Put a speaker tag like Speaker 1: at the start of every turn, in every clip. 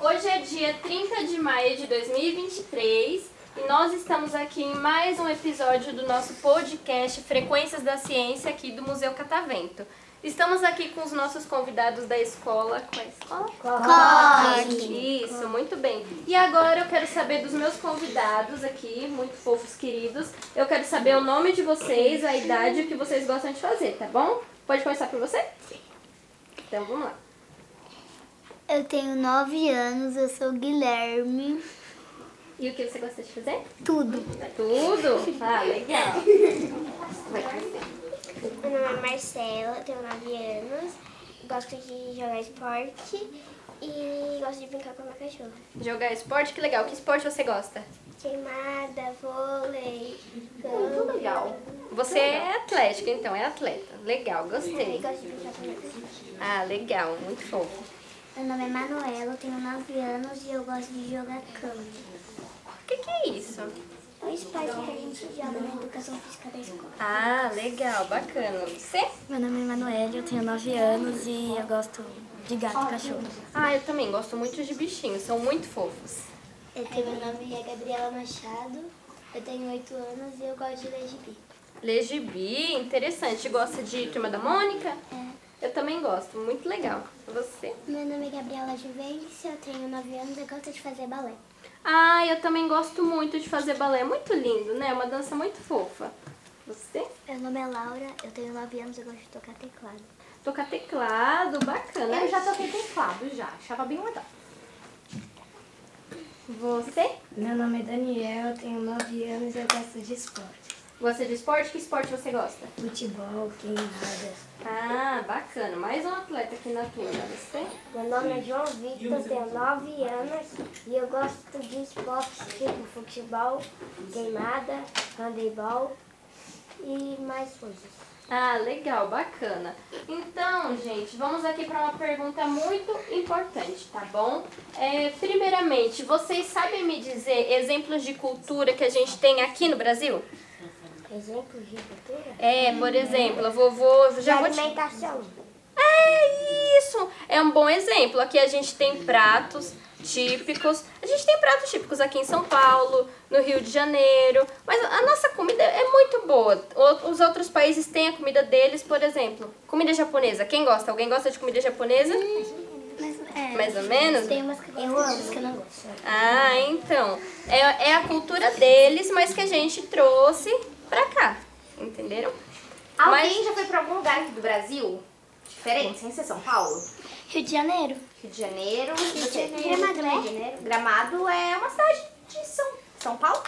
Speaker 1: Hoje é dia 30 de maio de 2023 e nós estamos aqui em mais um episódio do nosso podcast Frequências da Ciência aqui do Museu Catavento. Estamos aqui com os nossos convidados da escola. Qual é a escola? Corre! Isso, muito bem. E agora eu quero saber dos meus convidados aqui, muito fofos, queridos. Eu quero saber o nome de vocês, a idade e o que vocês gostam de fazer, tá bom? Pode começar por você? Então vamos lá.
Speaker 2: Eu tenho nove anos, eu sou Guilherme.
Speaker 1: E o que você gosta de fazer?
Speaker 2: Tudo.
Speaker 1: Tudo? Ah, legal.
Speaker 3: Meu nome é Marcela, tenho 9 anos, gosto de jogar esporte e gosto de brincar com a minha cachorra.
Speaker 1: Jogar esporte, que legal. Que esporte você gosta?
Speaker 3: Queimada, vôlei,
Speaker 1: Muito legal. Você é atlética, então, é atleta. Legal,
Speaker 3: e
Speaker 1: gostei.
Speaker 3: gosto de brincar com a minha cachorra.
Speaker 1: Ah, legal, muito fofo.
Speaker 2: Meu nome é Manuela, eu tenho nove anos e eu gosto de jogar campo.
Speaker 1: O que, que é isso?
Speaker 3: É um esporte que a gente joga na educação física da escola.
Speaker 1: Ah, legal, bacana. Você?
Speaker 2: Meu nome é Manuela, eu tenho nove anos e eu gosto de gato e cachorro.
Speaker 1: Ah, eu também gosto muito de bichinhos, são muito fofos.
Speaker 3: Eu tenho, meu nome é Gabriela Machado, eu tenho 8 anos e eu gosto de ler gibi.
Speaker 1: Legibi, interessante. Gosta de Turma da Mônica? Eu também gosto, muito legal. Você?
Speaker 3: Meu nome é Gabriela Juventus, eu tenho 9 anos e gosto de fazer balé.
Speaker 1: Ah, eu também gosto muito de fazer balé. É muito lindo, né? É uma dança muito fofa. Você?
Speaker 3: Meu nome é Laura, eu tenho 9 anos e gosto de tocar teclado.
Speaker 1: Tocar teclado, bacana.
Speaker 4: Eu já toquei teclado, já. Achava bem legal.
Speaker 1: Você
Speaker 2: Meu nome é Daniel, eu tenho nove anos e eu gosto de esporte.
Speaker 1: gosta de esporte? Que esporte você gosta?
Speaker 2: Futebol, queimada.
Speaker 1: Ah, bacana. Mais um atleta aqui na turma. Você?
Speaker 3: Meu nome é João Victor, tenho 9 anos e eu gosto de esportes tipo futebol, queimada, handebol e mais coisas.
Speaker 1: Ah, legal, bacana. Então, gente, vamos aqui para uma pergunta muito importante, tá bom? É, primeiramente, vocês sabem me dizer exemplos de cultura que a gente tem aqui no Brasil?
Speaker 3: Exemplo de cultura?
Speaker 1: É, por exemplo, eu vou, vou já vou te
Speaker 3: alimentação.
Speaker 1: É isso! É um bom exemplo. Aqui a gente tem pratos típicos. A gente tem pratos típicos aqui em São Paulo, no Rio de Janeiro. Mas a nossa comida é muito boa. O- Os outros países têm a comida deles, por exemplo. Comida japonesa. Quem gosta? Alguém gosta de comida japonesa?
Speaker 3: é
Speaker 1: Mais ou menos?
Speaker 3: umas que eu amo, que eu não gosto.
Speaker 1: Ah, então. É, é a cultura deles, mas que a gente trouxe pra cá. Entenderam?
Speaker 4: Alguém já foi pra algum lugar aqui do Brasil? Diferente, sem ser São Paulo?
Speaker 2: Rio de Janeiro.
Speaker 4: Rio de Janeiro. Rio de
Speaker 3: Gramado, né?
Speaker 4: Janeiro. Gramado é uma cidade de São, São Paulo.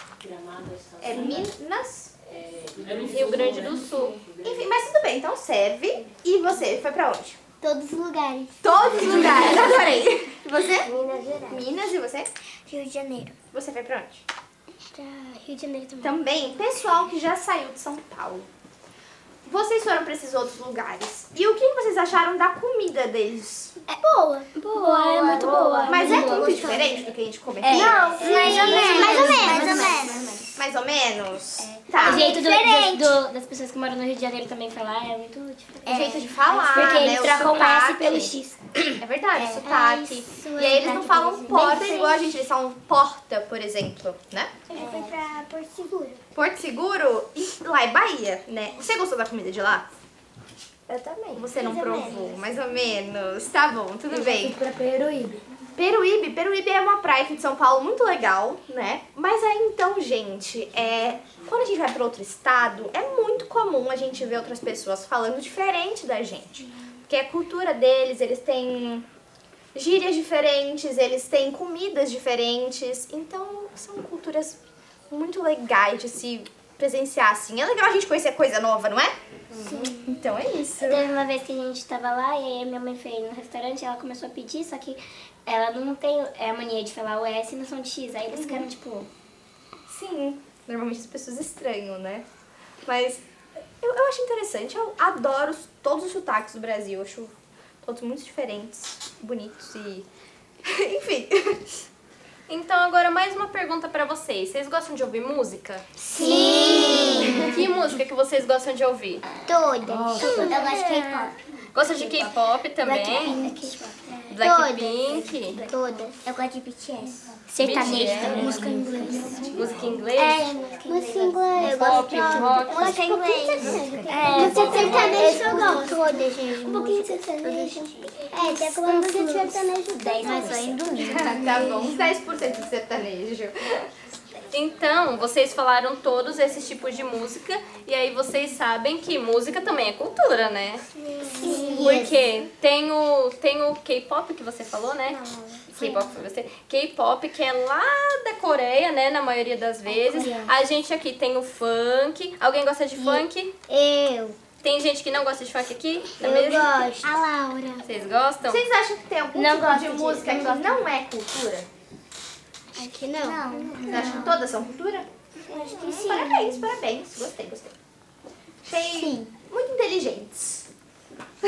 Speaker 4: É Minas.
Speaker 1: É Rio Grande do Sul.
Speaker 4: Enfim, mas tudo bem, então serve. E você, foi pra onde?
Speaker 2: Todos os lugares.
Speaker 4: Todos os lugares, adorei. E você?
Speaker 3: Minas Gerais.
Speaker 4: Minas e você?
Speaker 3: Rio de Janeiro.
Speaker 4: Você foi pra onde?
Speaker 3: Rio de Janeiro
Speaker 5: Então,
Speaker 3: também.
Speaker 4: Também, pessoal que já saiu de São Paulo. Vocês foram pra esses outros lugares. E o que vocês acharam da comida deles?
Speaker 3: É Boa. Boa, é muito boa.
Speaker 4: Mas é muito diferente do que a gente come aqui?
Speaker 3: Não, mais ou menos. Mais ou menos.
Speaker 4: Mais ou menos? Tá.
Speaker 5: O jeito do- do- do- das pessoas que moram no Rio de Janeiro também falar é muito diferente.
Speaker 4: O jeito de falar,
Speaker 5: Porque
Speaker 4: né?
Speaker 3: Ah,
Speaker 5: eles
Speaker 4: o
Speaker 5: trocam o S
Speaker 4: sotaque.
Speaker 5: pelo é X.
Speaker 4: É verdade, o sotaque. e aí eles não
Speaker 3: sotaque
Speaker 4: falam
Speaker 3: deles.
Speaker 4: porta
Speaker 3: é Bem
Speaker 4: igual a gente, eles falam porta, por exemplo, né?
Speaker 3: Eu já fui pra Porto Seguro.
Speaker 4: Porto Seguro, e lá é Bahia, né? Você gostou da comida de lá?
Speaker 3: Eu também.
Speaker 4: Você não
Speaker 3: Mais ou
Speaker 4: provou, mais ou menos. Tá bom, tudo bem.
Speaker 2: Pra Peruíbe.
Speaker 4: Peruíbe, Peruíbe é uma praia aqui de São Paulo muito legal, né? Mas aí então, gente, é, quando a gente vai para outro estado, é muito comum a gente ver outras pessoas falando diferente da gente. Porque é a cultura deles, eles têm gírias diferentes, eles têm comidas diferentes. Então, são culturas muito legais de se presenciar assim. É legal a gente conhecer coisa nova, não é? Sim. Então é isso.
Speaker 5: Teve uma vez que a gente tava lá e aí a minha mãe foi no restaurante e ela começou a pedir, só que ela não tem é, a mania de falar o S e não são de X. Aí eles
Speaker 6: Uhum.
Speaker 5: ficaram tipo.
Speaker 4: Sim, normalmente as pessoas estranham, né? Mas eu, eu acho interessante, eu adoro os- todos os sotaques do Brasil, eu acho todos muito diferentes, bonitos e. Enfim.
Speaker 1: Então agora mais uma pergunta pra vocês. Vocês gostam de ouvir música? Sim! Que música que vocês gostam de ouvir?
Speaker 6: Todas. Eu gosto
Speaker 5: "É,
Speaker 6: de K-pop.
Speaker 1: Gosta de K-pop também?
Speaker 6: Blackpink.
Speaker 1: Blackpink?
Speaker 5: é."
Speaker 6: Todas. Eu gosto de BTS.
Speaker 1: BTS,
Speaker 2: Música em
Speaker 6: É,
Speaker 2: inglês.
Speaker 1: Música em
Speaker 5: É,
Speaker 1: inglês?
Speaker 6: Música É, inglesa. Eu
Speaker 1: Pop, rock?
Speaker 6: Música inglesa. Música sertaneja eu gosto. Todas, gente. é Um pouquinho de sertanejo. É, até como música de sertanejo 10. Mas só em domingo.
Speaker 4: Tá bom, uns 10% de sertanejo.
Speaker 1: Então, vocês falaram todos esses tipos de música e aí vocês sabem que música também é cultura, né? Sim. Porque tem o, tem o K-pop que você falou, né? K-pop foi você. K-pop que é lá da Coreia, né, na maioria
Speaker 6: É
Speaker 1: das vezes. A gente aqui tem o funk. Alguém gosta de funk?
Speaker 6: Eu.
Speaker 1: Tem gente que não gosta de funk aqui?
Speaker 6: Eu
Speaker 2: Tá
Speaker 1: Também?
Speaker 6: gosto.
Speaker 5: A Laura.
Speaker 1: Vocês gostam?
Speaker 4: Vocês acham que tem algum
Speaker 6: Não
Speaker 4: tipo
Speaker 6: gosto
Speaker 4: de
Speaker 6: disso,
Speaker 4: música que não é cultura?
Speaker 6: Acho que não.
Speaker 4: Vocês acham que todas são cultura?
Speaker 6: Acho que sim.
Speaker 4: Parabéns, parabéns. Gostei, gostei. Achei muito inteligentes.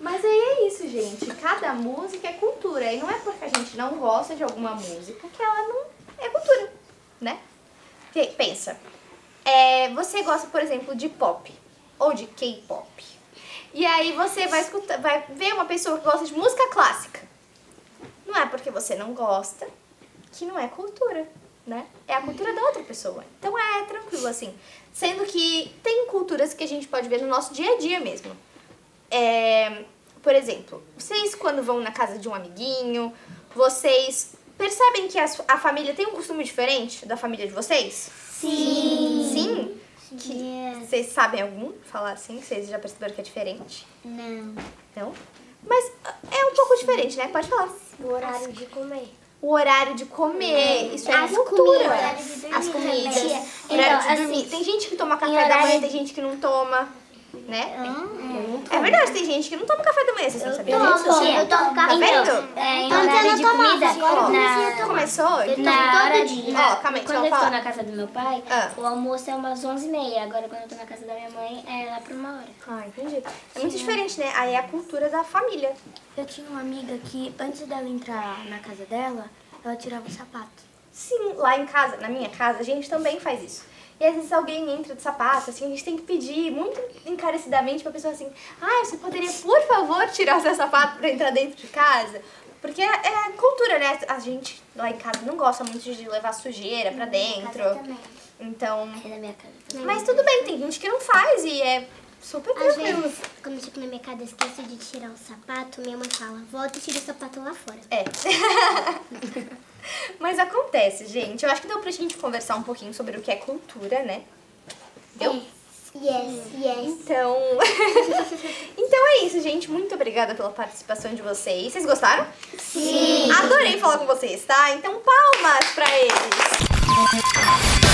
Speaker 4: Mas aí é isso, gente. Cada música é cultura. E não é porque a gente não gosta de alguma música que ela não é cultura, né? Pe- Pensa. É, você gosta, por exemplo, de pop ou de K-pop. E aí você vai escutar, vai ver uma pessoa que gosta de música clássica. Não é porque você não gosta que não é cultura, né? É a cultura da outra pessoa. Então é tranquilo assim. Sendo que tem culturas que a gente pode ver no nosso dia a dia mesmo. É, por exemplo, vocês quando vão na casa de um amiguinho, vocês percebem que as- a família tem um costume diferente da família de vocês? Sim. Sim? Que vocês sabem algum falar assim? que Vocês já perceberam que é diferente?
Speaker 6: Não.
Speaker 4: Não? Mas ah, é um pouco diferente, né? Pode falar.
Speaker 3: O horário de comer.
Speaker 4: O horário de comer, isso é
Speaker 6: Uhum. As
Speaker 4: cultura.
Speaker 6: comidas. As comidas.
Speaker 4: Horário
Speaker 6: Então,
Speaker 4: de
Speaker 6: assim,
Speaker 4: dormir. tem gente que toma café
Speaker 6: em
Speaker 4: da manhã,
Speaker 6: horário-
Speaker 4: tem gente que não toma, né? É verdade, tem gente que não toma café da manhã, vocês não sabiam disso?
Speaker 6: tomo, Uhum. eu tomo café.
Speaker 4: vendo?
Speaker 5: É, em
Speaker 6: Então, eu
Speaker 5: horário
Speaker 6: não
Speaker 5: de
Speaker 6: tomava,
Speaker 5: comida.
Speaker 6: agora eu comecei a
Speaker 5: Na,
Speaker 6: tomar.
Speaker 4: Começou? Então,
Speaker 5: na
Speaker 6: todo
Speaker 5: hora
Speaker 6: dia.
Speaker 5: de.
Speaker 6: Ó,
Speaker 5: na-
Speaker 4: calma aí, deixa
Speaker 5: quando
Speaker 4: eu
Speaker 5: eu
Speaker 4: falar.
Speaker 5: estou na casa do meu pai,
Speaker 4: Ah.
Speaker 5: o almoço é umas 11h30. Agora, quando eu tô na casa da minha mãe, é lá por uma hora.
Speaker 4: Ah, entendi. É muito diferente, né? Aí é a cultura da família.
Speaker 2: Eu tinha uma amiga que, antes dela entrar na casa dela, ela tirava o sapato.
Speaker 4: Sim, lá em casa, na minha casa, a gente também faz isso. E às vezes alguém entra de sapato, assim, a gente tem que pedir muito encarecidamente pra pessoa assim, ah, você poderia, por favor, tirar o seu sapato pra entrar dentro de casa? Porque é, é cultura, né? A gente lá em casa não gosta muito de levar sujeira
Speaker 5: Hum,
Speaker 4: pra dentro. Então.
Speaker 6: É da minha casa.
Speaker 4: Mas tudo bem, tem gente que não faz e é super
Speaker 6: Às
Speaker 4: tranquilo.
Speaker 6: vezes, quando eu chego na minha casa, eu esqueço de tirar o sapato. Minha mãe fala, volta e tira o sapato lá fora.
Speaker 4: É. Mas acontece, gente. Eu acho que deu pra gente conversar um pouquinho sobre o que é cultura, né? Deu?
Speaker 6: Yes, yes.
Speaker 4: Então. então é isso, gente. Muito obrigada pela participação de vocês. Vocês gostaram? Sim! Adorei falar com vocês, tá? Então, palmas pra eles!